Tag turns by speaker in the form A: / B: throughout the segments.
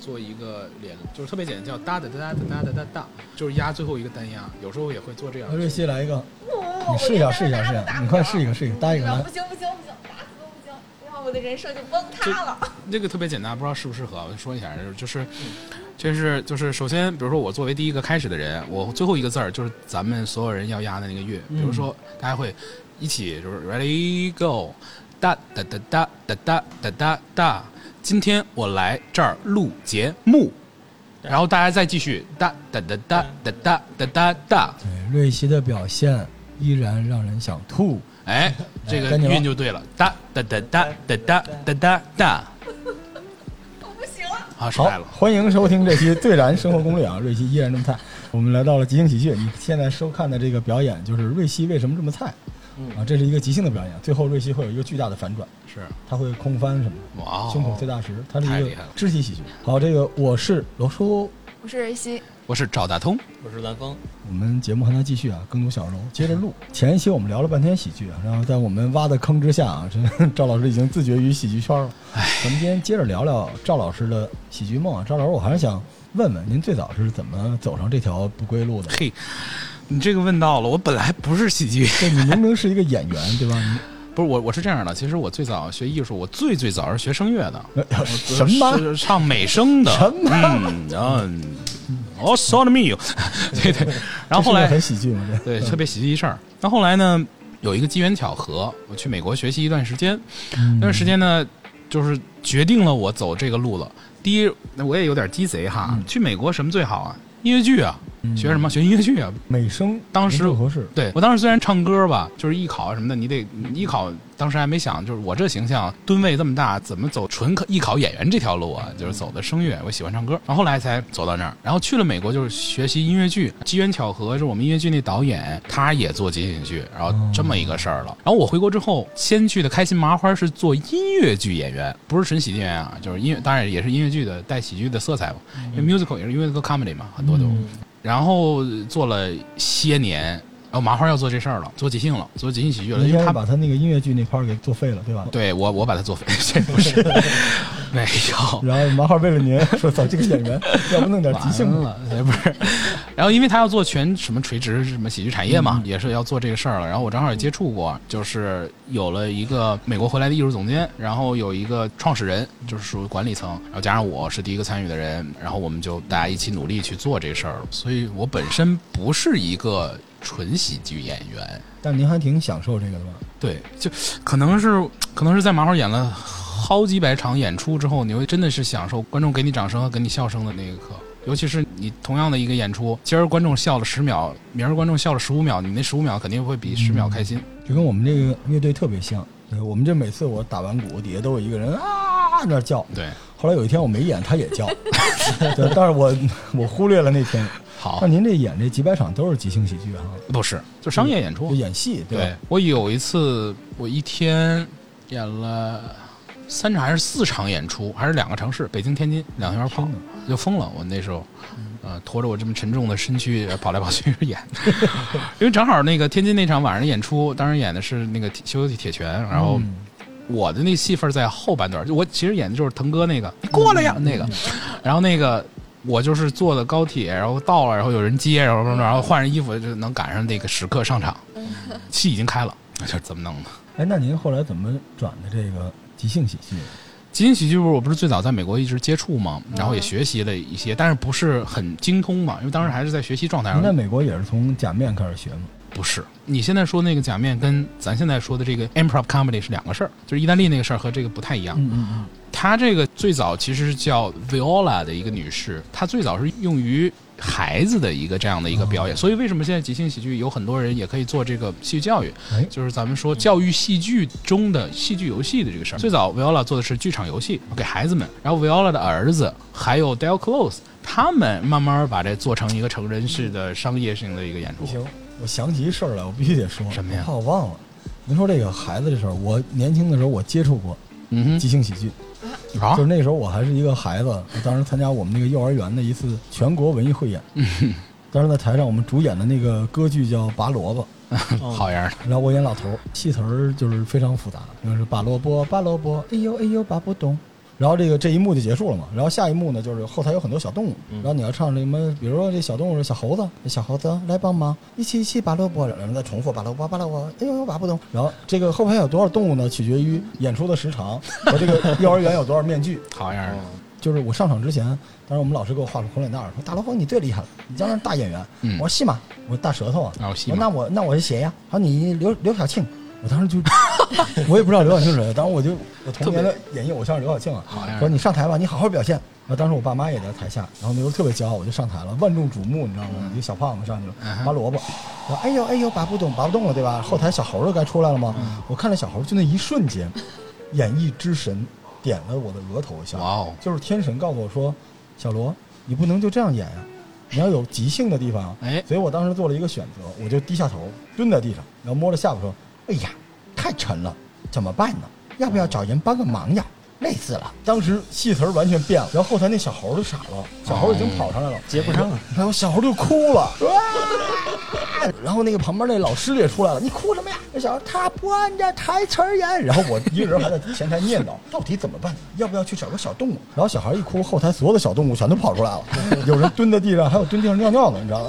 A: 做一个连，就是特别简单，叫哒哒哒哒哒哒哒哒，就是压最后一个单压，有时候也会做这样
B: 那。瑞希来一个，
C: 我
B: 你试一下，试一下，试一下，你快试一个，试一个，搭一个来
C: 不。行不行不行，打死都不行，然后我的人设就崩塌了。
A: 这个特别简单，不知道适不适合，我就说一下，就是，就是，就是，首先，比如说我作为第一个开始的人，我最后一个字儿就是咱们所有人要压的那个乐，比如说大家会一起就是 ready go，哒哒哒哒哒哒哒哒哒，今天我来这儿录节目，然后大家再继续哒哒哒哒哒哒哒哒哒，
B: 对，瑞希的表现依然让人想吐。
A: 哎，这个韵就对了，哒哒哒哒哒哒哒哒哒，
C: 我不行了，
A: 好，失
B: 好
A: 败了，，
B: 欢迎收听这期《最燃生活攻略》啊，瑞 希依然这么菜。我们来到了即兴喜剧，你现在收看的这个表演就是瑞希为什么这么菜
A: 嗯
B: 啊？这是一个即兴的表演，最后瑞希会有一个巨大的反转，
A: 是，
B: 他会空翻什么的，
A: 哇哦，
B: 胸口碎大石，他是
A: 太
B: 一
A: 厉
B: 个
A: 害了
B: 肢体喜剧。好，这个我是罗叔，
C: 我是瑞希，
A: 我是赵大通。
D: 我是蓝峰，
B: 我们节目还在继续啊，耕读小楼接着录。前一期我们聊了半天喜剧啊，然后在我们挖的坑之下啊， 这赵老师已经自绝于喜剧圈了。咱们今天接着聊聊赵老师的喜剧梦啊。赵老师，我还是想问问您最早是怎么走上这条不归路的？
A: 嘿，你这个问到了，我本来不是喜剧，
B: 对，你明明是一个演员，对吧？
A: 不是我，我是这样的。其实我最早学艺术，我最最早是学声乐的，
B: 你呃什 么？
A: 是唱美声的，
B: 什么
A: 嗯，嗯哦 s o n me，对 对。然后后
B: 这是一个
A: 来
B: 很喜剧嘛，这
A: 对特别喜剧一事儿。那后来呢，有一个机缘巧合，我去美国学习一段时间，
B: 嗯
A: 那段时间呢，就是决定了我走这个路了。第一，那我也有点鸡贼哈，去美国什么最好啊？音乐剧啊，学什么？学音乐剧啊，
B: 美声，
A: 当时
B: 不合适。
A: 对我当时虽然唱歌吧，就是艺考什么的，你得艺考，当时还没想，就是我这形象吨位这么大，怎么走纯考艺考演员这条路啊？就是走的声乐，我喜欢唱歌，然后后来才走到那儿，然后去了美国就是学习音乐剧，机缘巧合是我们音乐剧那导演他也做即兴剧，然后这么一个事儿了。然后我回国之后，先去的开心麻花是做音乐剧演员，不是纯喜剧演员啊，就是音乐，当然也是音乐剧的带喜剧的色彩嘛，因为 musical 也是 musical comedy 嘛，很多都。
B: 嗯
A: 然后做了些年，然后麻花要做这事儿了，做即兴了，做即兴喜剧了，
B: 您
A: 因
B: 先
A: 为
B: 是
A: 他
B: 把他那个音乐剧那块儿给做废了，对吧？
A: 对我我把它做废，这 不是没有。
B: 然后麻花为了您说找这个演 员，要不弄点即兴
A: 完
B: 吧？
A: 了，哎不是，然后因为他要做全什么垂直什么喜剧产业
B: 嗯
A: 嘛，也是要做这个事儿了。然后我正好也接触过，就是有了一个美国回来的艺术总监，然后有一个创始人，就是属于管理层，然后加上我是第一个参与的人，然后我们就大家一起努力去做这事儿了。所以我本身不是一个纯喜剧演员，
B: 但您还挺享受这个的吧？
A: 对，就可能是可能是在麻花演了好几百场演出之后，你会真的是享受观众给你掌声和给你笑声的那一刻。尤其是你同样的一个演出，今儿观众笑了十秒，明儿观众笑了十五秒，你那十五秒肯定会比十秒开心。
B: 就跟我们这个乐队特别像。对，我们这每次我打完鼓，底下都有一个人啊在那叫。
A: 对，
B: 后来有一天我没演，他也叫， 对，但是我我忽略了那天。
A: 好
B: 那，您这演这几百场都是即兴喜剧哈、
A: 不是就商业演出
B: 就。演戏对吧？
A: 哦对我有一次，我一天演了三场还是四场演出，还是两个城市，北京、天津两边跑
B: 天，嗯
A: 就疯了。我那时候，呃，拖着我这么沉重的身躯呃跑来跑去演， 因为正好那个天津那场晚上演出，当时演的是那个铁修铁拳，然后
B: 嗯
A: 我的那戏份在后半段，就我其实演的就是腾哥那个，你过来呀那个，然后那个。我就是坐的高铁，然后到了，然后有人接，然后然后换上衣服就能赶上那个时刻上场，戏已经开了，这怎么弄呢？
B: 哎，那您后来怎么转的这个即兴喜剧？
A: 即兴喜剧不是我不是最早在美国一直接触吗？然后也学习了一些，但是不是很精通嘛，因为当时还是在学习状态
B: 您在
A: 上。
B: 美国也是从假面开始学吗？
A: 不是，你现在说那个假面跟咱现在说的这个 improv comedy 是两个事儿，就是意大利那个事儿和这个不太一样。
B: 嗯嗯
A: 它这个最早其实是叫 Viola 的一个女士，她最早是用于孩子的一个这样的一个表演，所以为什么现在即兴喜剧有很多人也可以做这个戏剧教育，
B: 哎
A: 就是咱们说教育戏剧中的戏剧游戏的这个事儿。最早 Viola 做的是剧场游戏给孩子们，然后 Viola 的儿子还有 Del Close。他们慢慢把这做成一个成人式的商业性的一个演
B: 不
A: 出
B: 行，，我想起一事儿来，我必须得说。
A: 什么呀
B: 我怕我忘了。您说这个孩子这事儿，我年轻的时候我接触过
A: 嗯
B: 即兴喜剧，
A: 哼，啊
B: 就是，那时候我还是一个孩子，我当时参加我们那个幼儿园的一次全国文艺汇演，
A: 嗯
B: 当时在台上我们主演的那个歌剧叫《拔萝卜
A: 啊好样的，》，
B: 然后我演老头儿，戏词儿就是非常复杂，就是拔萝卜，拔萝卜，哎呦哎呦拔不动，然后这个这一幕就结束了嘛，然后下一幕呢就是后台有很多小动物，
D: 嗯
B: 然后你要唱什么，比如说这小动物是小猴子，小猴子来帮忙，一起一起拔萝卜，然后再重复拔萝卜拔萝卜，哎呦拔不动。然后这个后排有多少动物呢，取决于演出的时长和这个幼儿园有多少面具。
A: 好样的，
B: 就是我上场之前，当时我们老师给我画了红脸蛋儿，说大罗峰你最厉害了，你将来是大演员。
A: 嗯
B: 我说戏嘛，我说大舌头啊，
A: 啊我戏
B: 我说
A: 码
B: 那我那我是谁呀？他说你刘刘晓庆，我当时就 我也不知道刘晓庆是谁，当时我就我童年的演绎偶像是刘晓庆啊
A: 好样，的
B: 说你上台吧，你好好表现。然后当时我爸妈也在台下，然后那时候特别骄傲，我就上台了，万众瞩目，你知道吗？一个小胖子上去了
A: 嗯，哼
B: 拔萝卜，然后哎呦哎呦拔不动拔不动了，对吧？后台小猴儿都该出来了吗？
A: 嗯
B: 我看着小猴儿就那一瞬间，演绎之神点了我的额头一下，
A: 哇哦
B: 就是天神告诉我说，小罗，你不能就这样演呀、你要有即兴的地方啊。
A: 哎
B: 所以我当时做了一个选择，我就低下头蹲在地上，然后摸着下巴说：“哎呀，太沉了，怎么办呢？要不要找人帮个忙呀？累死了。”当时戏词儿完全变了，然后后台那小猴儿都傻了，小猴儿已经跑上来了，
D: 哦
B: 哎
D: 接不上，
B: 然后小猴就哭了，哇 然后那个旁边那老师也出来了，你哭什么呀？那小猴他不按照台词儿演，然后我一个人还在前台 念叨，到底怎么办？要不要去找个小动物？然后小孩一哭，后台所有的小动物全都跑出 来了，有人蹲在地上，还有蹲地上尿尿的，你知道吗？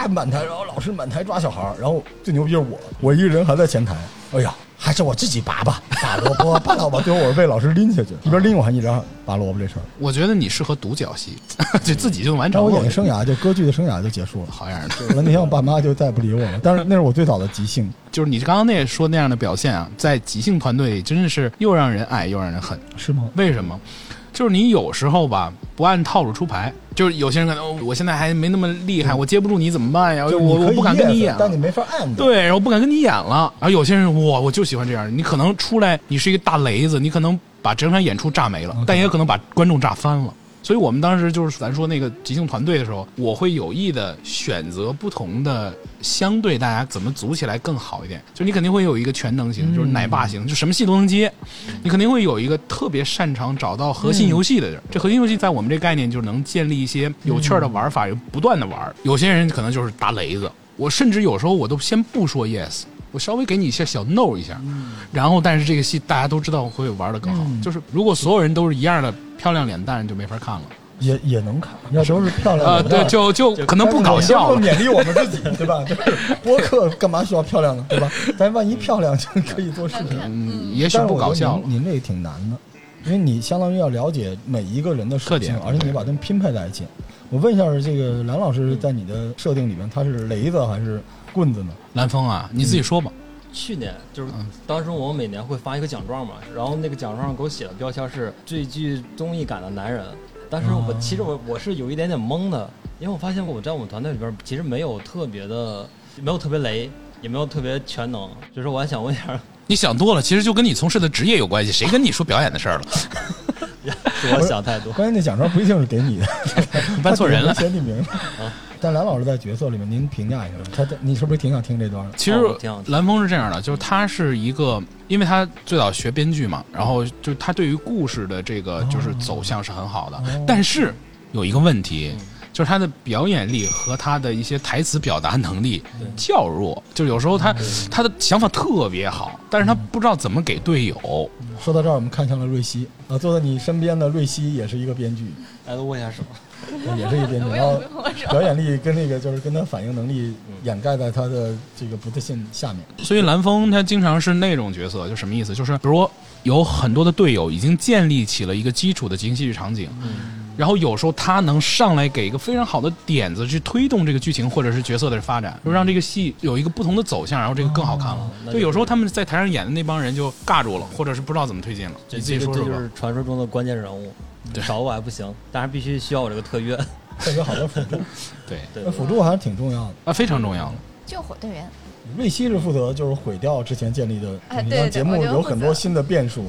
B: 啊，满台，然后老师满台抓小孩儿，然后最牛逼是我，我一个人还在前台，哎呀。还是我自己拔吧，拔萝卜，拔萝卜。最后我是被老师拎下去， 一边拎我还一边拔萝卜这事 儿。
A: 我觉得你适合独角戏， 就自己就完
B: 然
A: 成
B: 后我
A: 了
B: 演艺生涯就歌剧的生涯就结束 了。
A: 好样的，
B: 完了那天我爸妈就再也不理我了，但是那是我最早的即兴。
A: 就是你刚刚那说那样的表现啊，在即兴团队里真的是又让人爱又让人恨。
B: 是吗？
A: 为什么？就是你有时候吧，不按套路出牌。就是有些人可能、哦我现在还没那么厉害，我接不住你怎么办呀？
B: 就是
A: 我
B: 你可
A: 我
B: 以
A: 不敢跟你
B: yes，
A: 演了。
B: 但你没法按。，
A: 对，然后不敢跟你演了。然后有些人哇，我就喜欢这样。你可能出来，你是一个大雷子，你可能把整场演出炸没了
B: OK
A: 但也可能把观众炸翻了。所以我们当时就是咱说那个即兴团队的时候，我会有意的选择不同的，相对大家怎么组起来更好一点。就你肯定会有一个全能型，就是奶
B: 嗯
A: 爸型，就什么戏都能接。你肯定会有一个特别擅长找到核
B: 嗯
A: 心游戏的人。这核心游戏在我们这概念就是能建立一些有趣儿
B: 嗯
A: 的玩法，有不断的玩儿。有些人可能就是打雷子，我甚至有时候我都先不说 yes，我稍微给你一些小 no 一下，
B: 嗯
A: 然后但是这个戏大家都知道会玩的更好。就是如果所有人都是一样的漂亮脸蛋，就没法看了。
B: 也也能看，要都是漂亮的。
A: 呃，对，就就可能不搞笑了。
B: 但是我们要不勉励我们自己，对吧？就是播客干嘛需要漂亮呢？对吧？咱万一漂亮就可以做视 频。
A: 嗯，也许不搞笑了。
B: 您您这个挺难的，因为你相当于要了解每一个人的
A: 特
B: 属性
A: 点，
B: 而且你把他们拼配在一起。我问一下，这个梁老师在你的设定里面，他是雷子还是棍子呢？
A: 蓝峰啊，你自己说吧。
B: 嗯
D: 去年就是
A: 嗯
D: 当时我每年会发一个奖状嘛，然后那个奖状上给我写的标签是最具综艺感的男人。当时
A: 啊
D: 我其实我我是有一点点懵的，因为我发现我在我们团队里边其实没有特别的，没有特别雷，也没有特别全能。所以说我还想问一下，
A: 你想多了，其实就跟你从事的职业有关系。谁跟你说表演的事儿了？
D: 是我想太 多。
B: 关键那奖状不一定是给你的，
A: 你办错人了啊
B: 他。写 你名字。但蓝老师在角色里面，您评价一下吧，他在你是不是挺想听这段的？
A: 其实
D: 哦挺好听
A: 蓝峰是这样的，就是他是一个，因为他最早学编剧嘛，然后就是他对于故事的这个就是走向是很好的，但是有一个问题。就是他的表演力和他的一些台词表达能力较弱，就有时候他他的想法特别好，但是他不知道怎么给队友。
B: 说到这儿，我们看向了瑞希啊，坐在你身边的瑞希也是一个编剧，
A: 哎
B: 啊
D: 来，握一下手。
B: 也是一个编剧，
C: 没
B: 然
C: 有
B: 后
C: 没有， 我说
B: 表演力跟那个就是跟他反应能力掩盖在他的这个不自信下面。
A: 所以蓝峰他经常是那种角色，就什么意思？就是比如说有很多的队友已经建立起了一个基础的即兴戏剧场景，
D: 嗯
A: 然后有时候他能上来给一个非常好的点子去推动这个剧情或者是角色的发展，就让这个戏有一个不同的走向，然后这个更好看了。
D: 嗯哦那就
A: 就有时候他们在台上演的那帮人就尬住了，或者是不知道怎么推进了。
D: 这
A: 你自己
D: 这
A: 说
D: 个
A: 说
D: 这
A: 吧
D: 就。是传说中的关键人物，少我还不行，但是必须需要我这个 特约。
B: 这有好多 辅助，
A: 对，
D: 对
B: 那，辅助还是挺重要的。
A: 啊，非常重要了。
C: 救火队员，
B: 瑞希是负责就是毁掉之前建立的
C: 哎，
B: 你
C: 对
B: 让
C: 对
B: 节目
C: 我就
B: 有很多
C: 负责
B: 新的变 数，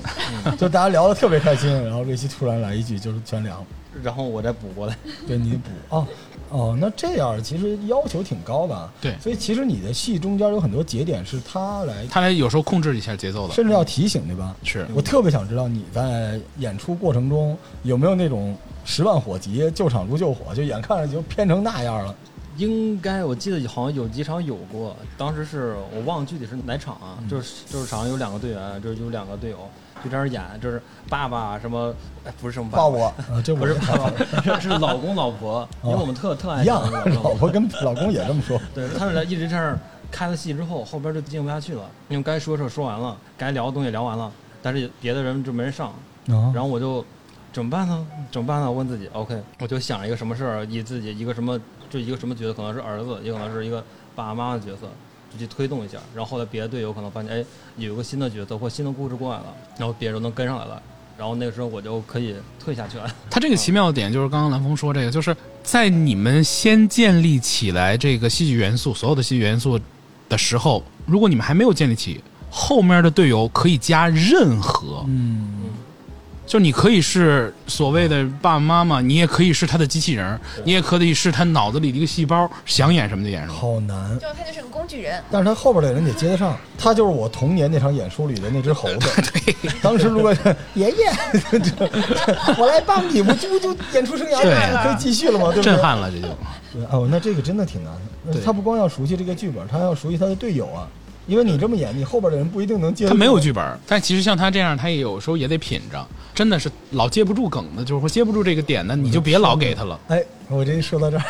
B: 就大家聊得特别开心，然后瑞希突然来一句就是全凉了。
D: 然后我再补过来。
B: 对你补哦哦，那这样其实要求挺高的。
A: 对
B: 所以其实你的戏中间有很多节点是他来，
A: 他俩有时候控制一下节奏的，
B: 甚至要提醒，对吧？
A: 是
B: 我特别想知道你在演出过程中有没有那种十万火急救场如救火，就眼看着就偏成那样了。
D: 应该我记得好像有几场有过，当时是我忘了具体是哪场啊，就是就是场上有两个队员，就是有两个队友，就这样演，就是爸爸什么，哎，不是什么爸
B: 抱
D: 爸，
B: 我，啊，这
D: 不
B: 我
D: 是爸爸， 是是老公老婆，因为我们特特爱
B: 一样
D: 讲这个，
B: 老婆跟老公也这么说。
D: 对他们俩一直这样开了戏之后，后边就进行不下去了，因为该说的时候说完了，该聊的东西聊完了，但是别的人就没人上，
B: 然
D: 然后我就怎么办呢？怎么办呢？问自己，OK，我就想一个什么事儿，以自己一个什么就一个什么角色，可能是儿子，也可能是一个爸爸妈妈的角色，就去推动一下。然后后来别的队友可能发现，哎，有一个新的角色或新的故事过来了，然后别人都能跟上来了，然后那个时候我就可以退下去了。
A: 他这个奇妙的点就是刚刚蓝峰说这个，就是在你们先建立起来这个戏剧元素，所有的戏剧元素的时候，如果你们还没有建立起，后面的队友可以加任何，
B: 嗯，
A: 就你可以是所谓的爸爸妈妈，你也可以是他的机器人儿，你也可以是他脑子里的一个细胞，想演什么就演什么。
B: 好难。
C: 就他就是个工具人，
B: 但是他后边的人得接得上，他就是我童年那场演出里的那只猴 子。当时如果爷爷， 这这我来帮你，我这不就演出生涯
A: 对
B: 可以继续了吗？对不对
A: 震？撼了，这就
B: 对哦，那这个真的挺难的。那
A: 对
B: 他不光要熟悉这个剧本，他还要熟悉他的队友啊。因为你这么演，你后边的人不一定能接得住。
A: 他没有剧本儿，但其实像他这样，他也有时候也得品着，真的是老接不住梗的，就是或接不住这个点的，你就别老给他了。
B: 哎，我这一说到这儿，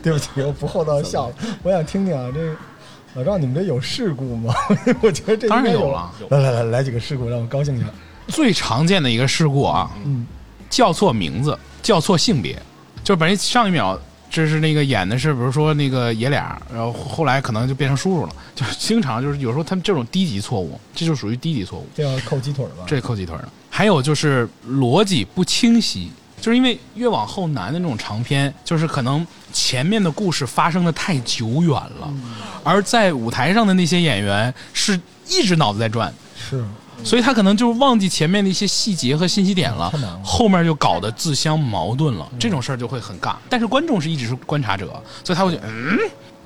B: 对不起，我不厚道笑了。我想听听啊，这老赵，你们这有事故吗？ 我觉得这应该
A: 当然有
B: 有
A: 了。
B: 来来来，来几个事故让我高兴一下。
A: 最常见的一个事故啊，
B: 嗯，
A: 叫错名字，叫错性别，就是本来上一秒这是那个演的是，比如说那个爷俩，然后后来可能就变成叔叔了，就是经常就是有时候他们这种低级错误，这就属于低级错误，
B: 这要扣鸡腿吧？
A: 这扣鸡腿儿了。还有就是逻辑不清晰，就是因为越往后难的那种长篇，就是可能前面的故事发生的太久远了，而在舞台上的那些演员是一直脑子在转，
B: 是
A: 所以他可能就忘记前面的一些细节和信息点了
B: 太难了，
A: 后面就搞得自相矛盾了，这种事儿就会很尬。但是观众是一直是观察者，所以他会觉得，嗯，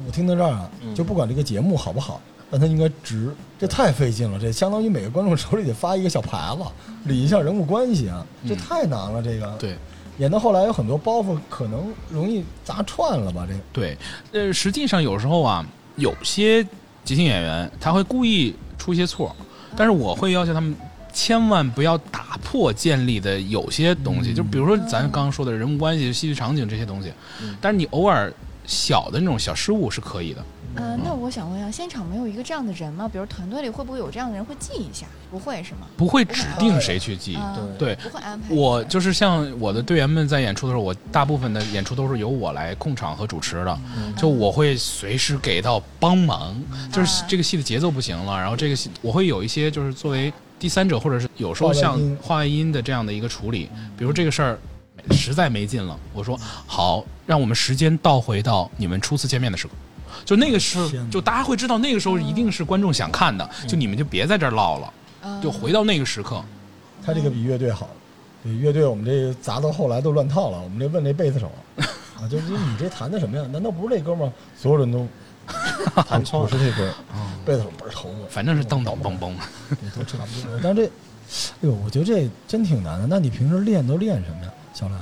B: 我听到这儿啊，就不管这个节目好不好，但它应该值。这太费劲了，这相当于每个观众手里得发一个小牌子，理一下人物关系啊，
A: 嗯
B: 这太难了。这个，
A: 对
B: 演到后来有很多包袱，可能容易砸串了吧？这个，
A: 对，呃，实际上有时候啊，有些即兴演员他会故意出一些错，但是我会要求他们。千万不要打破建立的有些东西，就比如说咱刚刚说的人物关系、戏剧场景这些东西，但是你偶尔小的那种小失误是可以的。
C: 嗯，那我想问一下，现场没有一个这样的人吗？比如团队里会不会有这样的人会记一下？不会是吗？
A: 不会指定谁去记，
C: 嗯
A: 对
C: 不会安排。
A: 我就是像我的队员们在演出的时候，我大部分的演出都是由我来控场和主持的，
D: 嗯
A: 就我会随时给到帮忙。就是
B: 啊
A: 这个戏的节奏不行了，然后这个戏我会有一些就是作为第三者，或者是有时候像
B: 画外音
A: 画外音的这样的一个处理。比如这个事儿哎实在没劲了，我说好，让我们时间倒回到你们初次见面的时候。就那个时候
B: 天，哪嗯
A: 就大家会知道那个时候一定是观众想看的，就你们就别在这儿唠了，
C: 嗯
A: 就回到那个时刻。
B: 他
A: 嗯
B: 这个比乐队好。对乐队，我们这砸到后来都乱套了。我们这问这贝 斯手啊，就是你这弹的什么呀？难道不是这歌吗？所有 人都弹错了，不是这歌。
A: 哦
B: 贝斯手倍儿头疼。
A: 反正是噔噔嘣嘣。
B: 对，都差不多。但是这，哎呦，我觉得这真挺难的。那你平时练都练什么呀，小兰？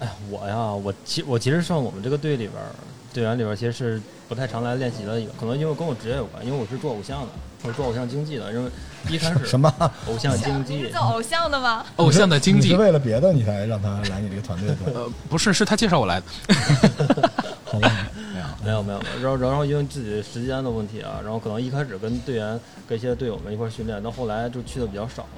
D: 哎，我呀，我其 我其实算我们这个队里边儿队员里边，其实是不太常来练习的一个，可能因为跟我职业有关，因为我是做偶像的，我是做偶像经济的，因为一开始
B: 什么？
D: 偶
C: 呃
D: 像经
C: 你是
D: 济
C: 做，偶像的吗？
A: 偶像的经
B: 你
A: 济
B: 是，为了别的你才让他来你这个团队的，
A: 呃，不是，是他介绍我来的。
B: 好吧？
D: 没有没有，然后然后因为自己时间的问题啊，然后可能一开始跟队员跟一些队友们一块儿训练，到后来就去的比较少了。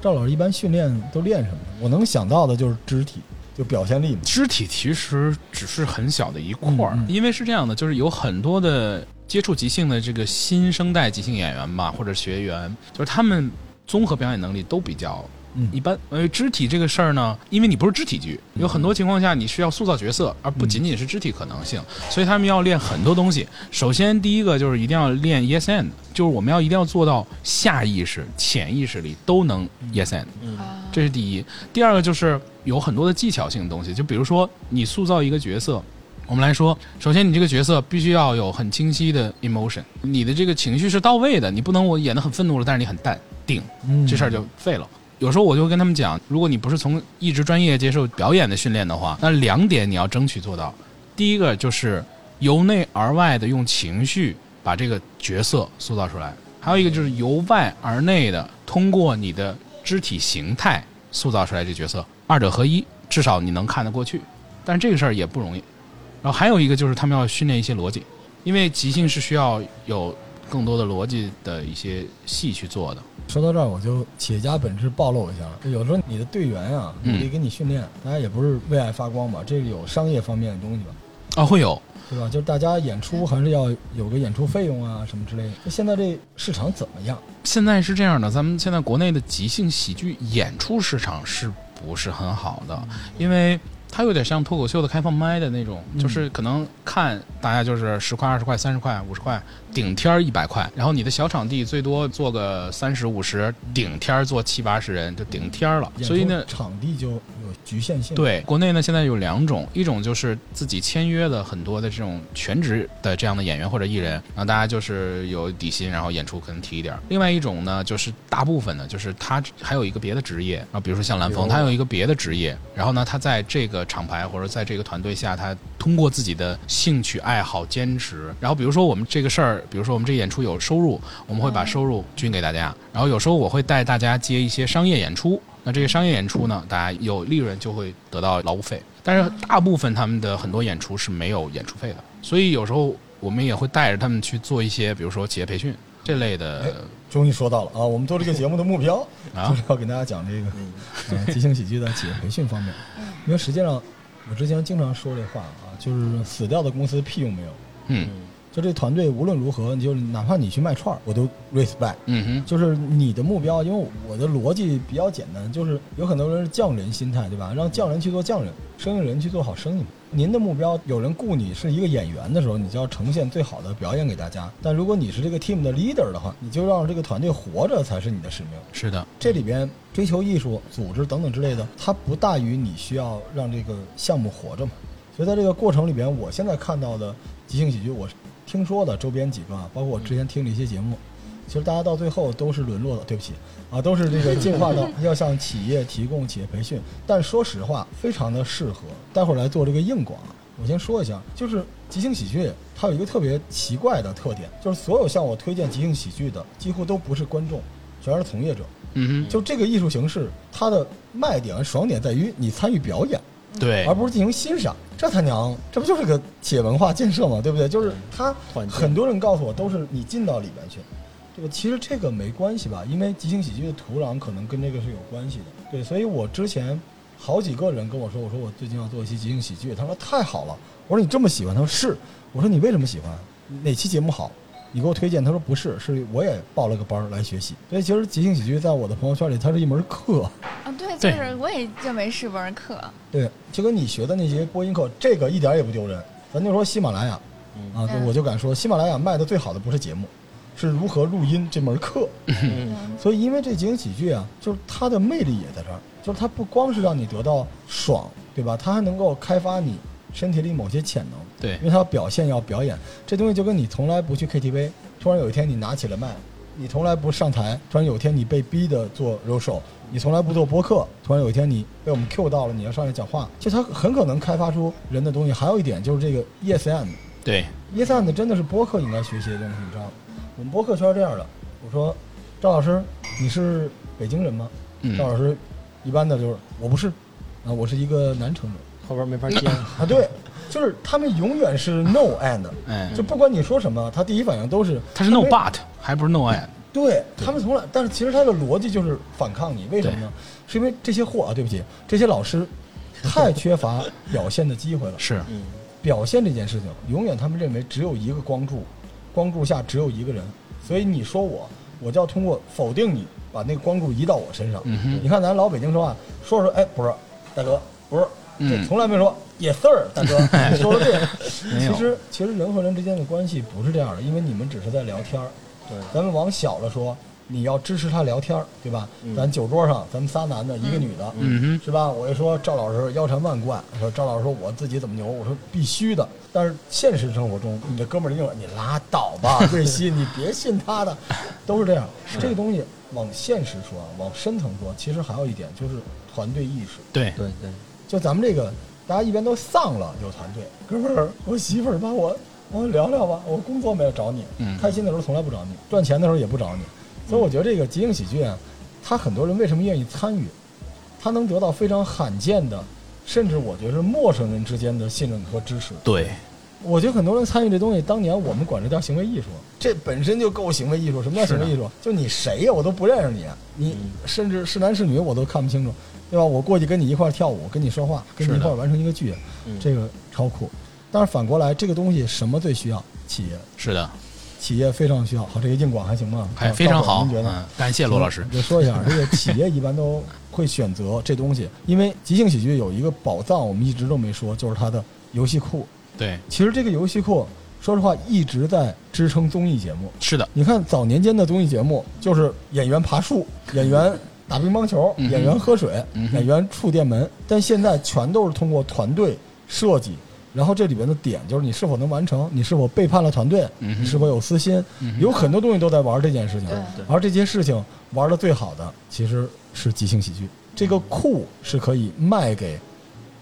B: 赵老师一般训练都练什么？我能想到的就是肢体，就表现力嘛。
A: 肢体其实只是很小的一块儿，
B: 嗯嗯
A: 因为是这样的，就是有很多的接触即兴的这个新生代即兴演员吧，或者学员，就是他们综合表演能力都比较一
B: 嗯，
A: 般。因为肢体这个事儿呢，因为你不是肢体剧，有很多情况下你需要塑造角色，而不
B: 嗯
A: 仅仅是肢体可能性，所以他们要练很多东西。首先，第一个就是一定要练 yes and，就是我们要一定要做到下意识、潜意识里都能
B: 嗯
A: E yes and。
D: 嗯
C: 啊，
A: 这是第一。第二个就是有很多的技巧性的东西，就比如说你塑造一个角色，我们来说，首先你这个角色必须要有很清晰的 emotion，你的这个情绪是到位的，你不能我演的很愤怒了，但是你很淡定，
B: 嗯
A: 这事儿就废了。有时候我就会跟他们讲，如果你不是从一直专业接受表演的训练的话，那两点你要争取做到。第一个就是由内而外的用情绪把这个角色塑造出来，还有一个就是由外而内的通过你的肢体形态塑造出来这角色，二者合一，至少你能看得过去。但是这个事儿也不容易。然后还有一个就是他们要训练一些逻辑，因为即兴是需要有更多的逻辑的一些戏去做的。
B: 说到这儿，我就企业家本质暴露一下了。有时候你的队员啊，
A: 嗯
B: 努力给你训练，大家也不是为爱发光吧，这个有商业方面的东西吧，
A: 啊、会有，
B: 对吧？就是大家演出还是要有个演出费用啊，什么之类的。那现在这市场怎么样？
A: 现在是这样的，咱们现在国内的即兴喜剧演出市场是不是很好的？因为它有点像脱口秀的开放麦的那种，
B: 嗯
A: 就是可能看大家就是十块、二十块、三十块、五十块，顶天儿一百块，然后你的小场地最多做个三十五十，顶天儿做七八十人就顶天儿了。
B: 演出
A: 所以呢，
B: 场地就有局限性。，
A: 对，国内呢现在有两种，一种就是自己签约的很多的这种全职的这样的演员或者艺人，然后大家就是有底薪，然后演出可能提一点儿；另外一种呢，就是大部分呢，就是他还有一个别的职业，然后比如说像蓝
D: 比
A: 峰，
D: 如
A: 他有一个别的职业，然后呢，他在这个厂牌或者在这个团队下，他通过自己的兴趣爱好坚持，然后比如说我们这个事儿，比如说我们这演出有收入，我们会把收入均给大家，然后有时候我会带大家接一些商业演出。那这些商业演出呢，大家有利润就会得到劳务费，但是大部分他们的很多演出是没有演出费的，所以有时候我们也会带着他们去做一些，比如说企业培训这类的
B: 终于说到了啊，我们做这个节目的目标
A: 啊
B: 就是要给大家讲这个
D: 嗯，
B: 呃即兴喜剧的企业培训方面，因为实际上我之前经常说这话啊，就是死掉的公司屁用没有。
A: 嗯
B: 就这团队无论如何，你就哪怕你去卖串儿，我都 respect。
A: 嗯
B: 就是你的目标，因为我的逻辑比较简单，就是有很多人是匠人心态，对吧？让匠人去做匠人，生意人去做好生意。您的目标，有人雇你是一个演员的时候，你就要呈现最好的表演给大家。但如果你是这个 team 的 leader 的话，你就让这个团队活着才是你的使命。
A: 哼，是的，
B: 这里边追求艺术、组织等等之类的，它不大于你需要让这个项目活着嘛。所以在这个过程里边，我现在看到的即兴喜剧，我听说的周边几个，啊，包括我之前听的一些节目，其实大家到最后都是沦落的，对不起啊，都是这个进化到 要向企业提供企业培训。但说实话，非常的适合，待会儿来做这个硬广啊。我先说一下，就是即兴喜剧，它有一个特别奇怪的特点，就是所有向我推荐即兴喜剧的，几乎都不是观众，全是从业者。
A: 嗯
B: 就这个艺术形式，它的卖点和爽点在于你参与表演，
A: 哼，对
B: 而，不是进行欣赏。这他娘，这不就是个企业文化建设吗？对不对？就是他
D: 团建
B: 很多人告诉我都是你进到里边去，对吧？其实这个没关系吧，因为即兴喜剧的土壤可能跟这个是有关系的。对，所以我之前好几个人跟我说，我说我最近要做一期即兴喜剧，他说太好了。我说你这么喜欢，他说是。我说你为什么喜欢？哪期节目好？你给我推荐，他说不是，是我也报了个班儿来学习。所以其实即兴喜剧在我的朋友圈里，它是一门课。
C: 啊，对，就
A: 对
C: 是我也认为是门课，
B: 对，就跟你学的那些播音课，这个一点也不丢人。咱就说喜马拉雅
D: 嗯
B: 啊，就
C: 嗯
B: 我就敢说，喜马拉雅卖的最好的不是节目，是如何录音这门课。
D: 嗯
B: 所以，因为这即兴喜剧啊，就是它的魅力也在这儿，就是它不光是让你得到爽，对吧？它还能够开发你身体里某些潜能，
A: 对
B: 因，为它要表现，要表演。这东西就跟你从来不去 KTV，突然有一天你拿起了麦；你从来不上台，突然有一天你被逼的做 road show；你从来不做播客，突然有一天你被我们 Q 到了，你要上来讲话。就它很可能开发出人的东西。还有一点就是这个 E yes and。
A: 对，
B: 耶散 E 的真的是播客应该学习的东西，你知道吗？我们播客圈是这样的，我说赵老师，你是北京人吗？
A: 嗯
B: 赵老师一般的就是我不是，啊，我是一个南城人
D: 后边没法接。
B: 啊，对，就是他们永远是 no and，
A: 哎，
B: 就不管你说什么，他第一反应都是
A: 他是 no but，还不是 no and，
B: 对他们从来，但是其实他的逻辑就是反抗你，为什么呢？是因为这些货啊，对不起，这些老师太缺乏表现的机会了。
A: 是
D: 嗯，
B: 表现这件事情，永远他们认为只有一个光柱，光柱下只有一个人，所以你说我，我就要通过否定你，把那个光柱移到我身上。
A: 嗯哼
B: 你看咱老北京说话，说着说，哎，不是，大哥，不是，
A: 嗯
B: 这从来没说 yes sir，大哥，你说的对。
A: 没有
B: 其实其实人和人之间的关系不是这样的，因为你们只是在聊天儿。
D: 对，
B: 咱们往小了说，你要支持他聊天儿，对吧？
D: 嗯
B: 咱酒桌上，咱们仨男的，一个女的，
A: 嗯
B: 是吧？我一说赵老师腰缠万贯，说赵老师说我自己怎么牛，我说必须的。但是现实生活中，你的哥们儿就说你拉倒吧，瑞希，你别信 他的，都是这样。这个东西往现实说，往深层说，其实还有一点就是团队意识。
A: 哼，对，
D: 对对，
B: 就咱们这个，大家一般都丧了有团队。哥们儿，我媳妇儿帮我，我聊聊吧。我工作没有找你，
A: 嗯
B: 开心的时候从来不找你，赚钱的时候也不找你。所以我觉得这个即兴喜剧啊，他很多人为什么愿意参与？他能得到非常罕见的，甚至我觉得是陌生人之间的信任和支持。
A: 对，
B: 我觉得很多人参与这东西，当年我们管这叫行为艺术，这本身就够行为艺术。什么叫行为艺术？就你谁呀，我都不认识你，啊你
D: 嗯
B: 甚至是男是女我都看不清楚，对吧？我过去跟你一块儿跳舞，跟你说话，跟你一
A: 是的
B: 块儿完成一个剧，
D: 嗯
B: 这个超酷。但是反过来，这个东西什么最需要？企业，
A: 是的，
B: 企业非常需要。好，这个硬广还行吗？
A: 还
B: 赵
A: 哎非常
B: 赵总
A: 好，
B: 您觉得？
A: 嗯，感谢罗老师
B: 我，就说一下，这个企业一般都会选择这东西，因为即兴喜剧有一个宝藏，我们一直都没说，就是它的游戏库。
A: 对，
B: 其实这个游戏库，说实话一直在支撑综艺节目。
A: 是的，
B: 你看早年间的综艺节目，就是演员爬树、演员打乒乓球、
A: 嗯嗯哼
B: 演员喝水、
A: 嗯哼
B: 演员触电门，但现在全都是通过团队设计。然后这里边的点就是你是否能完成，你是否背叛了团队，
A: 嗯哼
B: 你是否有私心，
A: 嗯哼
B: 有很多东西都在玩这件事情。
C: 对
D: 对
B: 而这些事情玩的最好的其实是即兴喜剧，这个库是可以卖给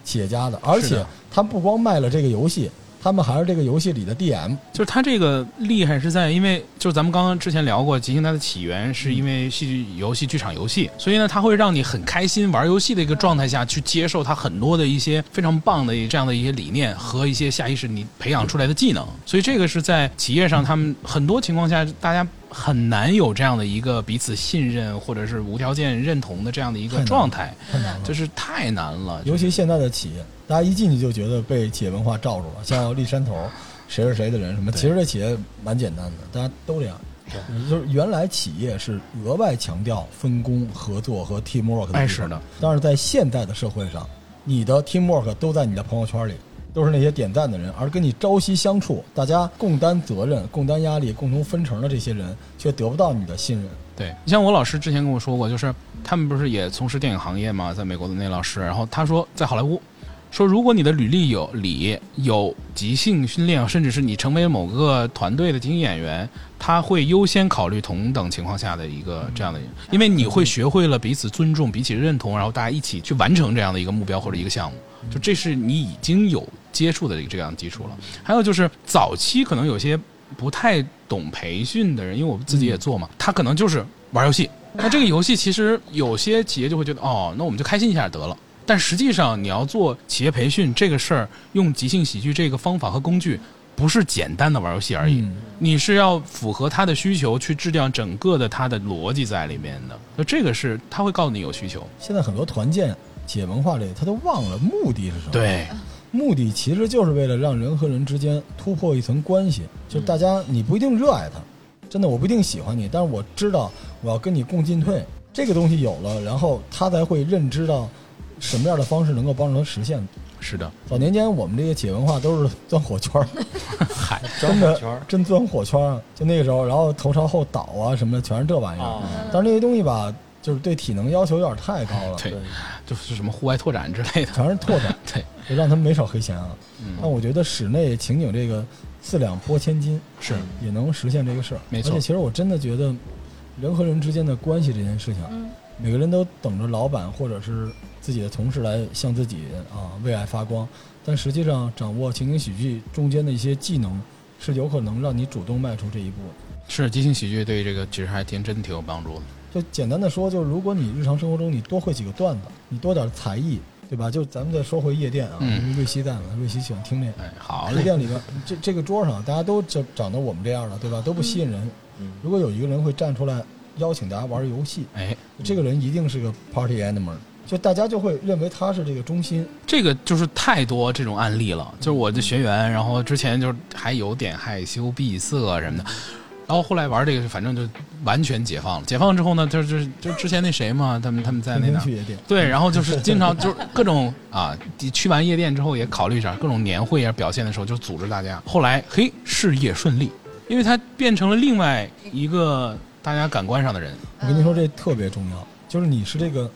B: 企业家的，而
A: 是
B: 且
A: 的
B: 他们不光卖了这个游戏，他们还是这个游戏里的 DM。
A: 就是他这个厉害是在，因为就是咱们刚刚之前聊过，即兴它的起源是
B: 嗯
A: 因为戏剧游戏剧场游戏，所以呢，它会让你很开心玩游戏的一个状态下去接受它很多的一些非常棒的一这样的一些理念和一些下意识你培养出来的技能，所以这个是在企业上，他们很多情况下大家。很难有这样的一个彼此信任或者是无条件认同的这样的一
B: 太
A: 个
B: 难
A: 状态，
B: 太难了
A: 就是太难了。
B: 尤其现在的企业，大家一进去就觉得被企业文化罩住了，像立山头，谁是谁的人什么，
A: 对
B: 其实这企业蛮简单的，大家都这样。嗯就是原来企业是额外强调分工、合作和 teamwork 的地方，
A: 哎是的
B: 但是在现在的社会上，你的 teamwork 都在你的朋友圈里，都是那些点赞的人，而跟你朝夕相处，大家共担责任、共担压力、共同分成的这些人，却得不到你的信任。
A: 对，你像我老师之前跟我说过，就是他们不是也从事电影行业嘛，在美国的那老师，然后他说在好莱坞，说如果你的履历有里有即兴训练，甚至是你成为某个团队的即兴演员，他会优先考虑同等情况下的一个这样的，因为你会学会了彼此尊重、彼此认同，然后大家一起去完成这样的一个目标或者一个项目，就这是你已经有接触的这样基础了。还有就是早期可能有些不太懂培训的人，因为我自己也做嘛，他可能就是玩游戏。那这个游戏其实有些企业就会觉得，哦，那我们就开心一下得了。但实际上，你要做企业培训这个事儿，用即兴喜剧这个方法和工具，不是简单的玩游戏而已。
B: 嗯
A: 你是要符合他的需求去质量整个的他的逻辑在里面的，那这个是他会告诉你有需求。
B: 现在很多团建、企业文化里，他都忘了目的是什么。
A: 对，
B: 目的其实就是为了让人和人之间突破一层关系，就大家
A: 嗯
B: 你不一定热爱他，真的我不一定喜欢你，但是我知道我要跟你共进退，这个东西有了，然后他才会认知到什么样的方式能够帮助他实现。
A: 是的，
B: 早年间我们这些企业文化都是 钻火 圈儿，
A: 嗨，
B: 真
D: 转圈
B: 的
D: 儿
B: 真钻火圈儿，就那个时候，然后头朝后倒啊什么的，全是这玩意
A: 哦
B: 儿。
D: 啊，
B: 但是那些东西吧，就是对体能要求有点太高了，
A: 对
D: 对，
A: 就是什么户外拓展之类的。
B: 全是拓展，
A: 对，
B: 就让他们没少黑钱啊。
A: 嗯，
B: 但我觉得室内情景这个四两拨千斤
A: 是
B: 也能实现这个事儿。
A: 没错
B: 而且其实我真的觉得，人和人之间的关系这件事情啊，
C: 嗯，
B: 每个人都等着老板或者是自己的同事来向自己啊为爱发光，但实际上掌握情景喜剧中间的一些技能，是有可能让你主动迈出这一步的。
A: 是即兴喜剧对这个其实还挺真挺有帮助的。
B: 就简单的说，就是如果你日常生活中你多会几个段子，你多点才艺，对吧？就咱们再说回夜店啊，
A: 嗯
B: 因为瑞希在嘛，瑞希喜欢听那个。
A: 哎，好
B: 夜
A: 嘞，
B: 店里边，这这个桌上大家都长长得我们这样的，对吧？都不吸引人。
D: 嗯
B: 如果有一个人会站出来邀请大家玩游戏，
A: 哎，
B: 这个人一定是个 party animal，就大家就会认为他是这个中心。
A: 这个就是太多这种案例了，就是我的学员，然后之前就是还有点害羞闭塞什么的，然后后来玩这个，反正就完全解放了。解放之后呢，就是就是就之前那谁嘛，他们他们在
B: 天
A: 那
B: 天
A: 哪
B: 去夜店，
A: 对，然后就是经常就是各种啊，去完夜店之后也考虑一下各种年会啊表现的时候，就组织大家。后来嘿，事业顺利，因为他变成了另外一个大家感官上的人。
B: 我跟你说这特别重要，就是你是这个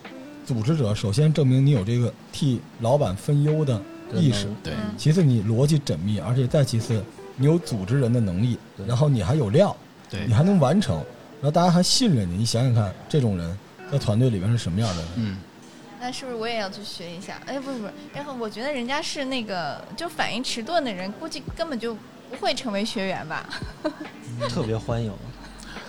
B: 组织者，首先证明你有这个替老板分忧的意识，
A: 对，
C: 嗯
B: 其次你逻辑缜密，而且再其次你有组织人的能力，然后你还有料，
A: 对
B: 你，还能完成，然后大家还信任你。你想想看，这种人在团队里边是什么样的人？
A: 嗯，
C: 那是不是我也要去学一下？哎，不是不是，然后我觉得人家是那个就反应迟钝的人，估计根本就不会成为学员吧？
D: 特别欢迎，